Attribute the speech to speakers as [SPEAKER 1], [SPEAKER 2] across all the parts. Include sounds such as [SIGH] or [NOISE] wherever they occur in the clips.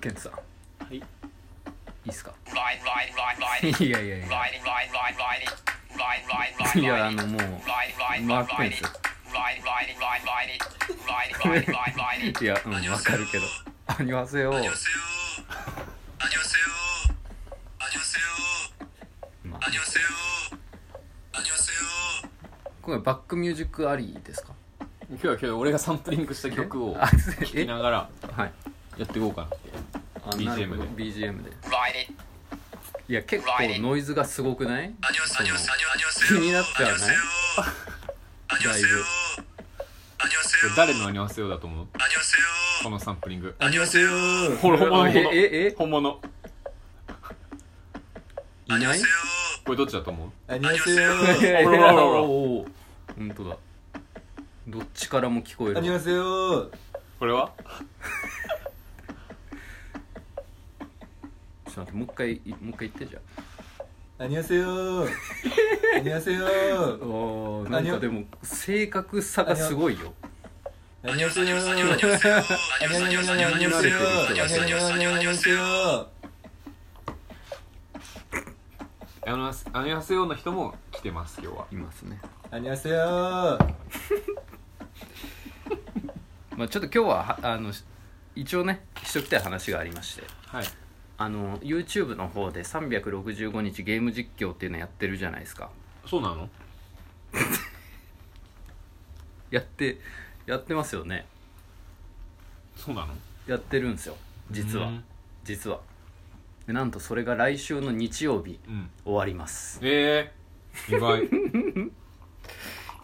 [SPEAKER 1] ケントさんい
[SPEAKER 2] はい
[SPEAKER 1] いっすか [LAUGHS]
[SPEAKER 3] Ride, ride, ride, ride,
[SPEAKER 1] いやいやいや
[SPEAKER 3] ride, ride, ride, ride, ride, ride, ride, ride,
[SPEAKER 1] いやあのもう [LAUGHS]
[SPEAKER 3] ride, ride,
[SPEAKER 1] 真っ赤
[SPEAKER 3] ride,
[SPEAKER 1] ですよ
[SPEAKER 3] ride, ride, ride, ride, ride, ride, ride, ride.
[SPEAKER 1] いやうんわかるけど「アニュアセヨ」
[SPEAKER 3] 안녕하세요. 안녕하세요.
[SPEAKER 1] 마.
[SPEAKER 3] 안녕하세요.안녕하세요. 안녕하세요.
[SPEAKER 1] 今回バックミュージックありですか
[SPEAKER 2] 今日は今日俺がサンプリングした曲を
[SPEAKER 1] あす
[SPEAKER 2] 聴
[SPEAKER 1] え [LAUGHS]
[SPEAKER 2] きながら
[SPEAKER 1] はい
[SPEAKER 2] やっていこうかなって
[SPEAKER 1] あなるほど
[SPEAKER 2] BGM で
[SPEAKER 1] BGM で
[SPEAKER 3] Ride it.
[SPEAKER 1] いや結構ノイズがすごくない
[SPEAKER 3] 안녕하세요. 안녕하세요. 안녕하세요.
[SPEAKER 1] 힘이 났지 않아요?
[SPEAKER 3] 안녕하세요. 안녕하세요.
[SPEAKER 2] 誰の「アニュアセヨ」だと思う
[SPEAKER 3] 안녕하세요.
[SPEAKER 2] このサンプリング
[SPEAKER 3] 안녕하세요.
[SPEAKER 2] ほら本物
[SPEAKER 1] え
[SPEAKER 2] 本物
[SPEAKER 1] ええ
[SPEAKER 2] 本物
[SPEAKER 1] いない
[SPEAKER 3] 안녕하세요.
[SPEAKER 2] これどっちだと思う
[SPEAKER 4] 안녕하세
[SPEAKER 1] [LAUGHS]
[SPEAKER 4] 요.
[SPEAKER 1] いやいや
[SPEAKER 2] ほらほらほら
[SPEAKER 1] おー本当だどっちからも聞こえる
[SPEAKER 4] 안녕하세요.
[SPEAKER 2] これは
[SPEAKER 1] ちょっと待ってもう一回いもう一回言ってじゃ
[SPEAKER 4] 안녕하세요. 안녕하세요.
[SPEAKER 1] あおーなんかでも正確さがすごいよ
[SPEAKER 4] 안녕하세요. 안녕하세요. 안녕하세요. 안녕하세요. 안녕하세요.
[SPEAKER 2] あの「アニュアセヨ」の人も来てます今日はい
[SPEAKER 1] ますね
[SPEAKER 4] 안녕하세요.
[SPEAKER 1] まあちょっと今日ははあのし一応ねしときたい話がありまして
[SPEAKER 2] はい
[SPEAKER 1] あの YouTube の方で365日ゲーム実況っていうのやってるじゃないですか
[SPEAKER 2] そうなの
[SPEAKER 1] やってやってますよね
[SPEAKER 2] そうなの
[SPEAKER 1] やってるんですよ実は
[SPEAKER 2] うん
[SPEAKER 1] 実はでなんとそれが来週の日曜日
[SPEAKER 2] うん
[SPEAKER 1] 終わります
[SPEAKER 2] ええ意外終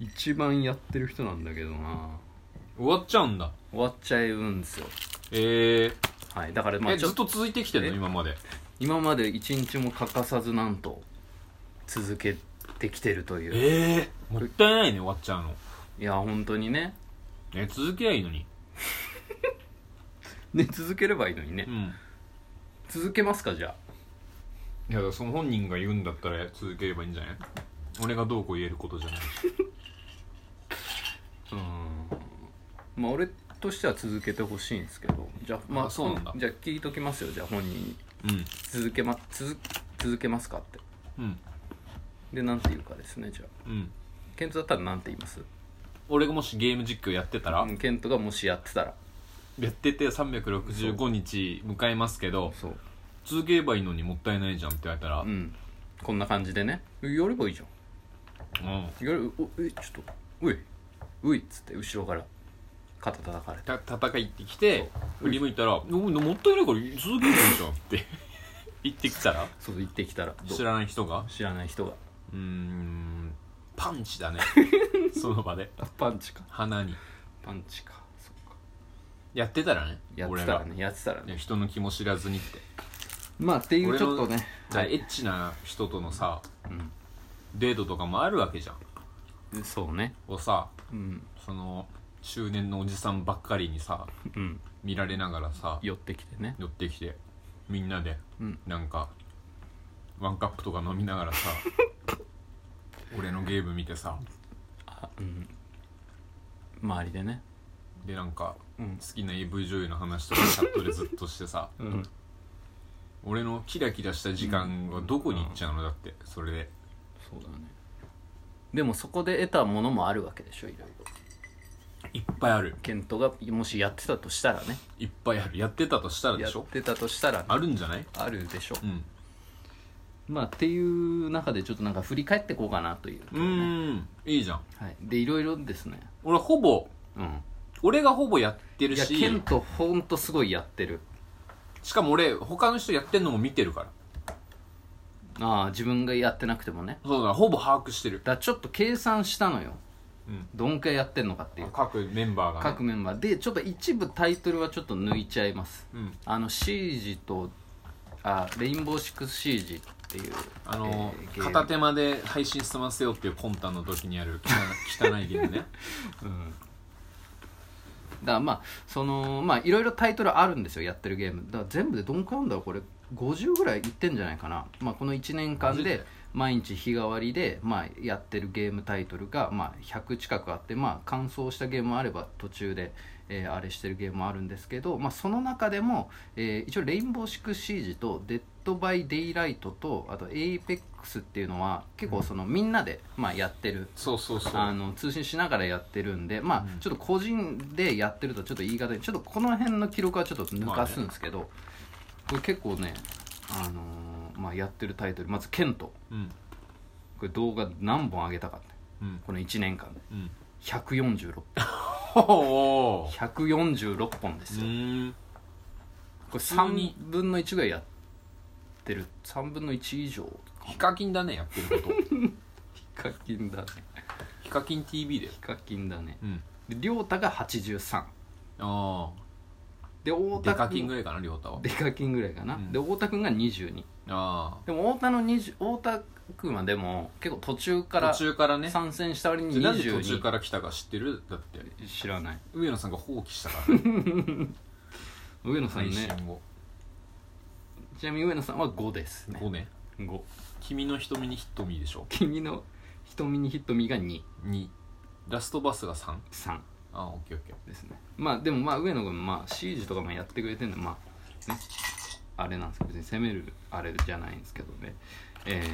[SPEAKER 1] 一番やってる人なんだけどな
[SPEAKER 2] わっちゃうんだ
[SPEAKER 1] 終わっちゃうんですよ
[SPEAKER 2] ええ
[SPEAKER 1] はいだからま
[SPEAKER 2] え
[SPEAKER 1] あち
[SPEAKER 2] ず
[SPEAKER 1] ょ
[SPEAKER 2] っ
[SPEAKER 1] っと
[SPEAKER 2] と続いてきてんの
[SPEAKER 1] え
[SPEAKER 2] 今まで
[SPEAKER 1] 今まで一日も欠かさずなんと続けてきてるという
[SPEAKER 2] ええもったいないね終わっちゃうの
[SPEAKER 1] いや本当にね
[SPEAKER 2] え続けりゃいいのに
[SPEAKER 1] ね続ければいいのにね
[SPEAKER 2] うん
[SPEAKER 1] 続けますかじゃ
[SPEAKER 2] いやだからその本人が言うんだったら続ければいいんじゃない俺がどうこう言えることじゃない
[SPEAKER 1] あうんまあ俺としては続けてほしいんですけどじゃあまあ
[SPEAKER 2] あそうなんだ
[SPEAKER 1] じゃあ聞いときますよじゃあ本人に続けま続続けますかって
[SPEAKER 2] うんうん
[SPEAKER 1] でなんて言うかですねじゃあ
[SPEAKER 2] うん
[SPEAKER 1] ケントだったらなんて言います
[SPEAKER 2] 俺がもしゲーム実況やってたら、
[SPEAKER 1] うんケントがもしやってたら
[SPEAKER 2] やってて365日迎えますけど
[SPEAKER 1] そう
[SPEAKER 2] 続ければいいのにもったいないじゃんって言われたら、
[SPEAKER 1] うんこんな感じでねやればいいじゃん
[SPEAKER 2] うん
[SPEAKER 1] やれおえちょっとういういっつって後ろから肩叩かれて
[SPEAKER 2] た戦いってきて振り向いたら「おもったいないから続ければいいじゃん」って [LAUGHS] 言ってきたら
[SPEAKER 1] そう行ってきたらどう
[SPEAKER 2] 知らない人が
[SPEAKER 1] 知らない人が
[SPEAKER 2] うーんパンチ
[SPEAKER 1] [LAUGHS]
[SPEAKER 2] だねその場で
[SPEAKER 1] パンチか
[SPEAKER 2] 鼻に
[SPEAKER 1] パンチかそっか
[SPEAKER 2] やってたらね
[SPEAKER 1] やって
[SPEAKER 2] 俺
[SPEAKER 1] た
[SPEAKER 2] が
[SPEAKER 1] らねやってたら
[SPEAKER 2] い
[SPEAKER 1] ね
[SPEAKER 2] や人の気も知らずにって
[SPEAKER 1] まあっていうちょっとね
[SPEAKER 2] じゃあエッチな人とのさ
[SPEAKER 1] うん
[SPEAKER 2] デートとかもあるわけじゃん
[SPEAKER 1] そうね
[SPEAKER 2] をさ
[SPEAKER 1] うん
[SPEAKER 2] その中年のおじさんばっかりにさ
[SPEAKER 1] うん
[SPEAKER 2] 見られながらさ
[SPEAKER 1] 寄ってきてね
[SPEAKER 2] 寄ってきてみんなで
[SPEAKER 1] うん
[SPEAKER 2] なんかワンカップとか飲み
[SPEAKER 1] [LAUGHS]
[SPEAKER 2] ながらさ俺のゲーム見てさ
[SPEAKER 1] あうん周りでね
[SPEAKER 2] でなんか
[SPEAKER 1] うん
[SPEAKER 2] 好きな AV 女優の話とかチャットでずっとしてさ
[SPEAKER 1] うん
[SPEAKER 2] 俺のキラキラした時間はどこに行っちゃうのだってそれで
[SPEAKER 1] そうだねでもそこで得たものもあるわけでしょいろいろ
[SPEAKER 2] いっぱいある
[SPEAKER 1] ケントがもしやってたとしたらね
[SPEAKER 2] いっぱいあるやってたとしたらで
[SPEAKER 1] や
[SPEAKER 2] し
[SPEAKER 1] っ
[SPEAKER 2] ょ
[SPEAKER 1] てたとしたらね
[SPEAKER 2] あるんじゃない
[SPEAKER 1] あるでしょ
[SPEAKER 2] うん
[SPEAKER 1] まあっていう中でちょっとなんか振り返っていこうかなという、
[SPEAKER 2] うーんいいじゃん
[SPEAKER 1] はい、でいろいろですね
[SPEAKER 2] 俺ほぼ
[SPEAKER 1] うん
[SPEAKER 2] 俺がほぼやってる
[SPEAKER 1] いやケン
[SPEAKER 2] し
[SPEAKER 1] トほんとすごいやってる
[SPEAKER 2] しかも俺他の人やってんのも見てるから
[SPEAKER 1] ああ自分がやってなくてもね
[SPEAKER 2] そうだほぼ把握してる、
[SPEAKER 1] だからちょっと計算したのよ
[SPEAKER 2] うん、
[SPEAKER 1] どんくらいやってんのかっていう
[SPEAKER 2] 各メンバーが、ね、
[SPEAKER 1] 各メンバーでちょっと一部タイトルはちょっと抜いちゃいます
[SPEAKER 2] うん
[SPEAKER 1] あのシージとあレインボーシックスシージっていう
[SPEAKER 2] あの
[SPEAKER 1] えーゲーム
[SPEAKER 2] 片手間で配信済ませようっていう魂胆の時にやる汚い汚いゲー
[SPEAKER 1] [LAUGHS]
[SPEAKER 2] ムね
[SPEAKER 1] だからまあそのまあいろいろタイトルあるんですよやってるゲームだから全部でどんくらいあるんだろうこれ50ぐらいいってんじゃないかな、まあ、この1年間
[SPEAKER 2] マジ
[SPEAKER 1] で
[SPEAKER 2] で
[SPEAKER 1] 毎日日替わりで、まあ、やってるゲームタイトルが、まあ、100近くあって、まあ、完走したゲームもあれば途中でえーあれしてるゲームもあるんですけど、まあ、その中でも、えー一応レインボーシックスシージとデッドバイデイライトとあとエイペックスっていうのは結構そのみんなで、まあ、やってる
[SPEAKER 2] そうそうそう
[SPEAKER 1] あの通信しながらやってるんで、まあ
[SPEAKER 2] うん
[SPEAKER 1] ちょっと個人でやってるとちょっと言い方にちょっとこの辺の記録はちょっと抜かすんですけど、これ結構ね、あのーまあ、やってるタイトルまず「ケント
[SPEAKER 2] うん」
[SPEAKER 1] これ動画何本上げたかって
[SPEAKER 2] うん
[SPEAKER 1] この1年間で
[SPEAKER 2] うん
[SPEAKER 1] 146本
[SPEAKER 2] ほほ
[SPEAKER 1] 146本で
[SPEAKER 2] う
[SPEAKER 1] すよ、
[SPEAKER 2] ーん
[SPEAKER 1] これ
[SPEAKER 2] 普通に
[SPEAKER 1] 3分の1ぐらいやってる3分の1以上
[SPEAKER 2] ヒカキンだねやってること
[SPEAKER 1] [LAUGHS] ヒカキンだね
[SPEAKER 2] ヒカキン TV だよ
[SPEAKER 1] ヒカキンだね
[SPEAKER 2] うん
[SPEAKER 1] で亮太が83
[SPEAKER 2] あ
[SPEAKER 1] で
[SPEAKER 2] あ
[SPEAKER 1] 太
[SPEAKER 2] デ
[SPEAKER 1] 田
[SPEAKER 2] カキン
[SPEAKER 1] 君
[SPEAKER 2] ぐらいかな亮太は
[SPEAKER 1] デカキンぐらいかな、
[SPEAKER 2] うん
[SPEAKER 1] で太田君が22
[SPEAKER 2] あ
[SPEAKER 1] でも太田の20太田君はでも結構途中か
[SPEAKER 2] あ
[SPEAKER 1] ら
[SPEAKER 2] 途中からね
[SPEAKER 1] 参戦した割に
[SPEAKER 2] なんで途中
[SPEAKER 1] 22
[SPEAKER 2] から来たか知ってるだって
[SPEAKER 1] 知らない
[SPEAKER 2] 上野さんが放棄したからね
[SPEAKER 1] 上野さん
[SPEAKER 2] 配信
[SPEAKER 1] ね
[SPEAKER 2] 後
[SPEAKER 1] ちなみに上野さんは5ですね
[SPEAKER 2] 5年
[SPEAKER 1] 5
[SPEAKER 2] 君の瞳にヒットミーでしょ
[SPEAKER 1] 君の瞳に瞳が23
[SPEAKER 2] 2ラストバスが3ああオッケーオッケー
[SPEAKER 1] ですねまあでもまあ上野君まあシージとかもやってくれてるんでまあねあれなんですけど別に攻めるあれじゃないんですけどねえ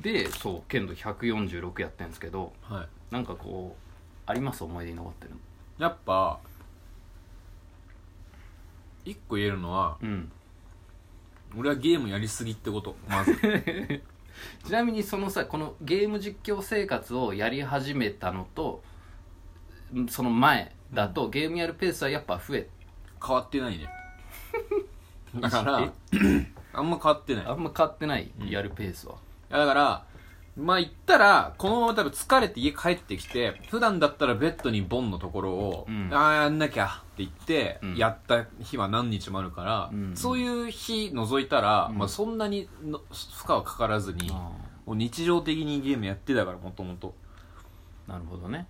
[SPEAKER 1] ー、でそう剣道146やってるんですけど
[SPEAKER 2] はい
[SPEAKER 1] なんかこうあります思い出に残ってるの
[SPEAKER 2] やっぱ一個言えるのは
[SPEAKER 1] うん
[SPEAKER 2] 俺はゲームやりすぎってことまず
[SPEAKER 1] ちなみにそのさこのゲーム実況生活をやり始めたのとんその前だと、ゲームやるペースはやっぱ増え
[SPEAKER 2] 変わってないねだからあんま変わってない
[SPEAKER 1] あんま変わってない、
[SPEAKER 2] うん
[SPEAKER 1] やるペースはい
[SPEAKER 2] やだからまあ言ったらこのまま多分疲れて家帰ってきて普段だったらベッドにボンのところを、
[SPEAKER 1] うん
[SPEAKER 2] ああやんなきゃって言って、
[SPEAKER 1] うん
[SPEAKER 2] やった日は何日もあるから、
[SPEAKER 1] うん
[SPEAKER 2] そういう日除いたら、
[SPEAKER 1] うん
[SPEAKER 2] まあ、そんなにの負荷はかからずに、
[SPEAKER 1] あ
[SPEAKER 2] もう日常的にゲームやってたからもともと
[SPEAKER 1] あなるほどね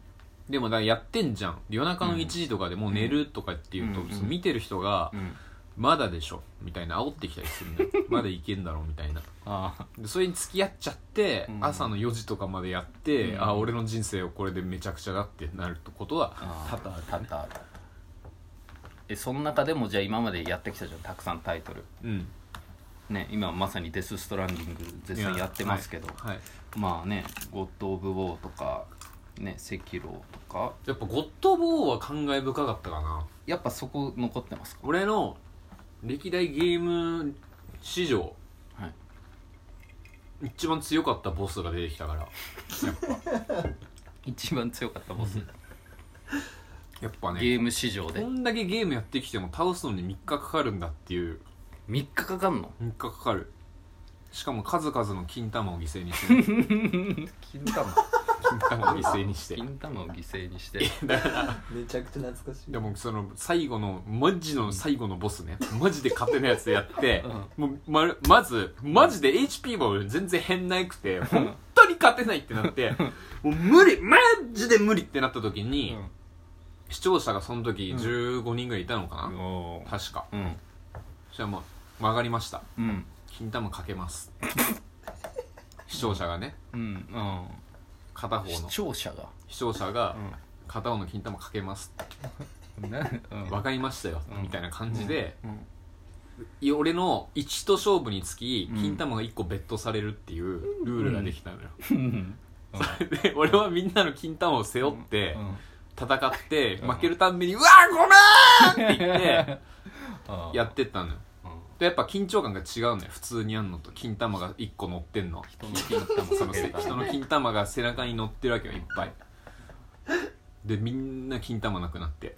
[SPEAKER 2] でもだからやってんじゃん夜中の1時とかでもう寝るとかっていうと、
[SPEAKER 1] うん
[SPEAKER 2] その見てる人が
[SPEAKER 1] うん
[SPEAKER 2] 「まだでしょ」みたいな煽ってきたりする
[SPEAKER 1] [LAUGHS]
[SPEAKER 2] んだよまだいけんだろみたいな
[SPEAKER 1] ああ
[SPEAKER 2] でそれに付き合っちゃって、
[SPEAKER 1] うん
[SPEAKER 2] 朝の4時とかまでやって、
[SPEAKER 1] うん
[SPEAKER 2] あ俺の人生をこれでめちゃくちゃだってなることは多々ある
[SPEAKER 1] 多々あるえその中でもじゃあ今までやってきたじゃんたくさんタイトル
[SPEAKER 2] うん
[SPEAKER 1] ね今まさに「デス・ストランディング」絶賛やってますけど、
[SPEAKER 2] はいはい
[SPEAKER 1] まあね「ゴッド・オブ・ウォー」とかね「赤狼」とか
[SPEAKER 2] やっぱゴッドボーは感慨深かったかな
[SPEAKER 1] やっぱそこ残ってますか
[SPEAKER 2] 俺の歴代ゲーム史上
[SPEAKER 1] はい
[SPEAKER 2] 一番強かったボスが出てきたから
[SPEAKER 1] 一番強かったボス、
[SPEAKER 2] やっぱね
[SPEAKER 1] ゲーム史上で
[SPEAKER 2] こんだけゲームやってきても倒すのに3日かかるんだっていう
[SPEAKER 1] 3日かかんの
[SPEAKER 2] 3日かかるしかも数々の金玉を犠牲にしてね
[SPEAKER 1] 金玉
[SPEAKER 2] 金玉を犠牲にして
[SPEAKER 1] 金玉を犠牲にして
[SPEAKER 2] [LAUGHS]
[SPEAKER 4] めちゃくちゃ懐かしい
[SPEAKER 2] でもその最後のマジの最後のボス
[SPEAKER 1] [LAUGHS]
[SPEAKER 2] ねマジで勝手なやつでやって、もうまるまずマジで HP も全然変なくて本当に勝てないってなってもう無理マジで無理ってなった時に、
[SPEAKER 1] うん
[SPEAKER 2] 視聴者がその時15人ぐらいいたのかな、
[SPEAKER 1] おー
[SPEAKER 2] 確か
[SPEAKER 1] うん
[SPEAKER 2] そしたらもう曲がりました
[SPEAKER 1] うん
[SPEAKER 2] 金玉かけます
[SPEAKER 1] [LAUGHS]
[SPEAKER 2] 視聴者がね
[SPEAKER 1] うんうん
[SPEAKER 2] 片方
[SPEAKER 1] 視
[SPEAKER 2] の
[SPEAKER 1] 聴 [LAUGHS] 者が
[SPEAKER 2] 視聴者が
[SPEAKER 1] うん
[SPEAKER 2] 片方の金玉かけます
[SPEAKER 1] なうん
[SPEAKER 2] わかりましたよ、
[SPEAKER 1] うん
[SPEAKER 2] みたいな感じで、
[SPEAKER 1] うん
[SPEAKER 2] いや俺の1と勝負につき
[SPEAKER 1] うん
[SPEAKER 2] 金玉が1個ベットされるっていうルールができたのよ、
[SPEAKER 1] うん
[SPEAKER 2] [LAUGHS] で俺はみんなの金玉を背負って
[SPEAKER 1] うん
[SPEAKER 2] 戦って
[SPEAKER 1] うん
[SPEAKER 2] 負けるたんびに「うわーごめん!」って言って
[SPEAKER 1] あー
[SPEAKER 2] やってったのよ
[SPEAKER 1] うん
[SPEAKER 2] でやっぱ緊張感が違うのよ普通にやんのと金玉が1個乗ってんの
[SPEAKER 1] 人の金玉
[SPEAKER 2] そ
[SPEAKER 1] 避
[SPEAKER 2] の
[SPEAKER 1] け
[SPEAKER 2] せ
[SPEAKER 1] るから
[SPEAKER 2] [LAUGHS] 人の金玉が背中に乗ってるわけよいっぱいでみんな金玉なくなって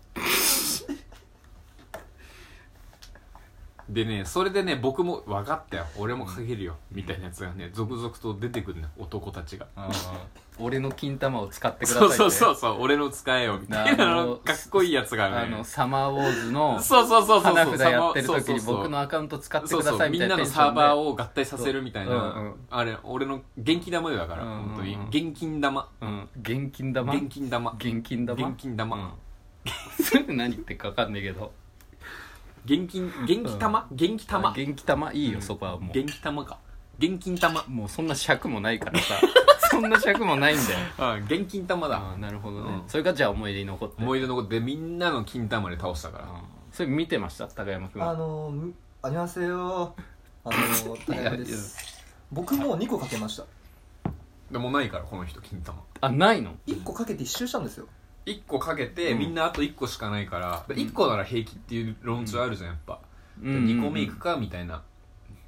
[SPEAKER 2] でねそれでね僕も分かったよ俺もかけるよみたいなやつがね続々と出てくるのよ男たちが
[SPEAKER 1] あー俺の金玉を使ってください
[SPEAKER 2] そ
[SPEAKER 1] っ
[SPEAKER 2] う
[SPEAKER 1] て
[SPEAKER 2] そうそうそう俺の使えよみたいな
[SPEAKER 1] あ
[SPEAKER 2] の
[SPEAKER 1] の
[SPEAKER 2] かっこいいやつが
[SPEAKER 1] あ
[SPEAKER 2] ね
[SPEAKER 1] のサマーウォーズの
[SPEAKER 2] そうそうそうそう
[SPEAKER 1] 花
[SPEAKER 2] そう
[SPEAKER 1] 札やってる
[SPEAKER 2] そう
[SPEAKER 1] 時
[SPEAKER 2] そう
[SPEAKER 1] に
[SPEAKER 2] そう
[SPEAKER 1] 僕のアカウント使って
[SPEAKER 2] そ
[SPEAKER 1] く
[SPEAKER 2] う
[SPEAKER 1] だ
[SPEAKER 2] そ
[SPEAKER 1] さ
[SPEAKER 2] う
[SPEAKER 1] い
[SPEAKER 2] み
[SPEAKER 1] み
[SPEAKER 2] ん
[SPEAKER 1] たいな
[SPEAKER 2] な
[SPEAKER 1] テン
[SPEAKER 2] の
[SPEAKER 1] シ
[SPEAKER 2] サ
[SPEAKER 1] ョ
[SPEAKER 2] ー
[SPEAKER 1] ン
[SPEAKER 2] バー
[SPEAKER 1] で
[SPEAKER 2] を合体させるみたいな、
[SPEAKER 1] そううんうん
[SPEAKER 2] あれ俺の現金玉よだから、
[SPEAKER 1] うんうんうん
[SPEAKER 2] 本当に現金玉
[SPEAKER 1] うん現金玉
[SPEAKER 2] 現金玉
[SPEAKER 1] 現金玉
[SPEAKER 2] 現金玉、
[SPEAKER 1] うんそれ何言ってるか分かんないけど
[SPEAKER 2] 現金元気玉、元気玉
[SPEAKER 1] 元気玉いいよそこはもう
[SPEAKER 2] 元気玉か現金玉
[SPEAKER 1] もうそんな尺もないから
[SPEAKER 2] [LAUGHS]
[SPEAKER 1] さそんな尺もないんだよ
[SPEAKER 2] あ現金玉
[SPEAKER 1] あ
[SPEAKER 2] だ
[SPEAKER 1] あなるほどね、
[SPEAKER 2] うん
[SPEAKER 1] それがじゃあ思い出に残って
[SPEAKER 2] 思い出のことでみんなの金玉で倒したか
[SPEAKER 1] あ
[SPEAKER 2] ら
[SPEAKER 1] あそれ見てました高山君
[SPEAKER 4] あのーむ、ありますよあのー、大変で
[SPEAKER 1] いやいや
[SPEAKER 4] す僕も2個かけました
[SPEAKER 2] でもないからこの人金玉
[SPEAKER 1] あないの
[SPEAKER 4] 1個かけて1周したんですよ
[SPEAKER 2] 1個かけて、
[SPEAKER 1] うん
[SPEAKER 2] みんなあと1個しかないから1個なら平気っていう論調あるじゃんやっぱ、
[SPEAKER 1] う
[SPEAKER 2] で
[SPEAKER 1] ん
[SPEAKER 2] 2個目いくかみたいな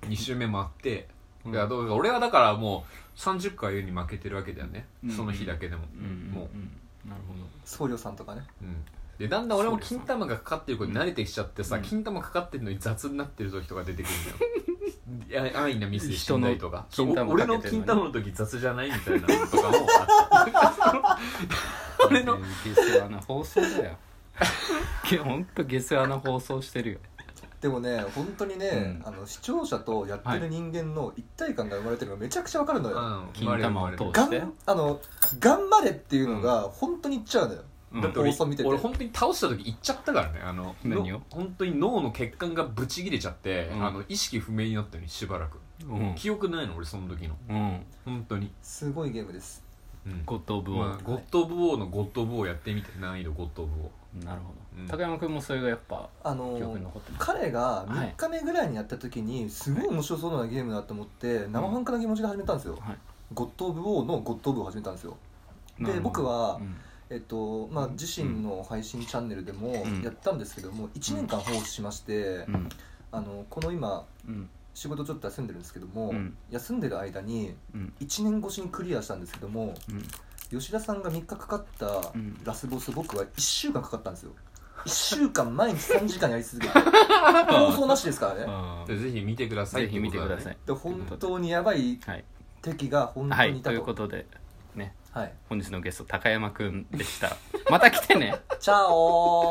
[SPEAKER 2] 2周目もあって、
[SPEAKER 1] うん
[SPEAKER 2] いやどう俺はだからもう30回に負けてるわけだよね、
[SPEAKER 1] うん
[SPEAKER 2] その日だけでも、
[SPEAKER 1] うんうん
[SPEAKER 2] もう
[SPEAKER 1] うんなるほど
[SPEAKER 4] 僧侶さんとかね
[SPEAKER 2] うんでだんだん俺も
[SPEAKER 1] そうです
[SPEAKER 2] 金玉がかかってる子に慣れてきちゃってさ、
[SPEAKER 1] うん
[SPEAKER 2] 金玉かかってるのに雑になってる時とか出てくるの
[SPEAKER 1] [LAUGHS]
[SPEAKER 2] よいや安易なミスで死んだりとか
[SPEAKER 1] 人の金玉
[SPEAKER 2] お俺の
[SPEAKER 1] かけてんのに
[SPEAKER 2] 金玉の時雑じゃないみたいなのと
[SPEAKER 1] [LAUGHS]
[SPEAKER 2] かもあった俺の
[SPEAKER 1] ゲス穴放送だよいやほんとゲス穴放送してるよ
[SPEAKER 4] でもね本当にね、
[SPEAKER 1] うん
[SPEAKER 4] あの視聴者とやってる人間の一体感が生まれてるのがめちゃくちゃわかるのよ、
[SPEAKER 2] うん
[SPEAKER 1] 金玉を通
[SPEAKER 2] だ
[SPEAKER 1] し
[SPEAKER 4] が
[SPEAKER 1] て
[SPEAKER 4] んあの頑張れっていうのが本当に言っちゃうのよ、
[SPEAKER 1] うん
[SPEAKER 2] って俺
[SPEAKER 4] 放送見てて
[SPEAKER 2] 俺本当に倒した時行っちゃったからねあの
[SPEAKER 1] 何を
[SPEAKER 2] の本当に脳の血管がブチ切れちゃって、
[SPEAKER 1] うん
[SPEAKER 2] あの意識不明になったのにしばらく、
[SPEAKER 1] うん
[SPEAKER 2] 記憶ないの俺その時の
[SPEAKER 1] うん
[SPEAKER 2] 本当に、
[SPEAKER 4] すごいゲームです
[SPEAKER 2] うん
[SPEAKER 1] ゴッド・オブ・オ
[SPEAKER 2] ま
[SPEAKER 1] ー
[SPEAKER 2] あ、ゴッド・オブ・ウォーのゴッド・オブ・ウォーやってみて難易度ゴッド・オブ・ウォー
[SPEAKER 1] なるほど、
[SPEAKER 2] うん
[SPEAKER 1] 高山君もそれがやっぱ
[SPEAKER 4] あのー
[SPEAKER 1] 記憶に残ってます
[SPEAKER 4] 彼が
[SPEAKER 1] はい
[SPEAKER 4] 3日目ぐらいにやった時にすごい面白そうなゲームだと思って生半可な気持ちで始めたんですよ、
[SPEAKER 1] はい
[SPEAKER 4] ゴッド・オブ・ウォーのゴッド・オブを始めたんですよ
[SPEAKER 1] なるほど
[SPEAKER 4] 僕は
[SPEAKER 1] うん
[SPEAKER 4] えっとまあ自身の配信チャンネルでも
[SPEAKER 1] うん
[SPEAKER 4] やったんですけども1年間放置しまして
[SPEAKER 1] うん
[SPEAKER 4] あのこの今
[SPEAKER 1] うん
[SPEAKER 4] 仕事ちょっと休んでるんですけども
[SPEAKER 1] うん
[SPEAKER 4] 休んでる間に
[SPEAKER 1] うん
[SPEAKER 4] 1年越しにクリアしたんですけども
[SPEAKER 1] うん
[SPEAKER 4] 吉田さんが3日かかった
[SPEAKER 1] うん
[SPEAKER 4] ラスボス僕は1週間かかったんですよ1
[SPEAKER 1] [LAUGHS]
[SPEAKER 4] 週間毎日3時間やり続けて放送なしですからね
[SPEAKER 1] あ
[SPEAKER 2] でぜひ見てください
[SPEAKER 1] ぜひ見てくださ
[SPEAKER 2] い
[SPEAKER 1] い
[SPEAKER 4] で本当にやばい
[SPEAKER 1] はい、
[SPEAKER 4] 敵が本当
[SPEAKER 1] は
[SPEAKER 4] に
[SPEAKER 1] い、
[SPEAKER 4] い
[SPEAKER 1] と
[SPEAKER 4] た
[SPEAKER 1] いう
[SPEAKER 4] と、
[SPEAKER 1] ことでね
[SPEAKER 4] はい、
[SPEAKER 1] 本日のゲスト高山君でしたまた来てね
[SPEAKER 4] チャオー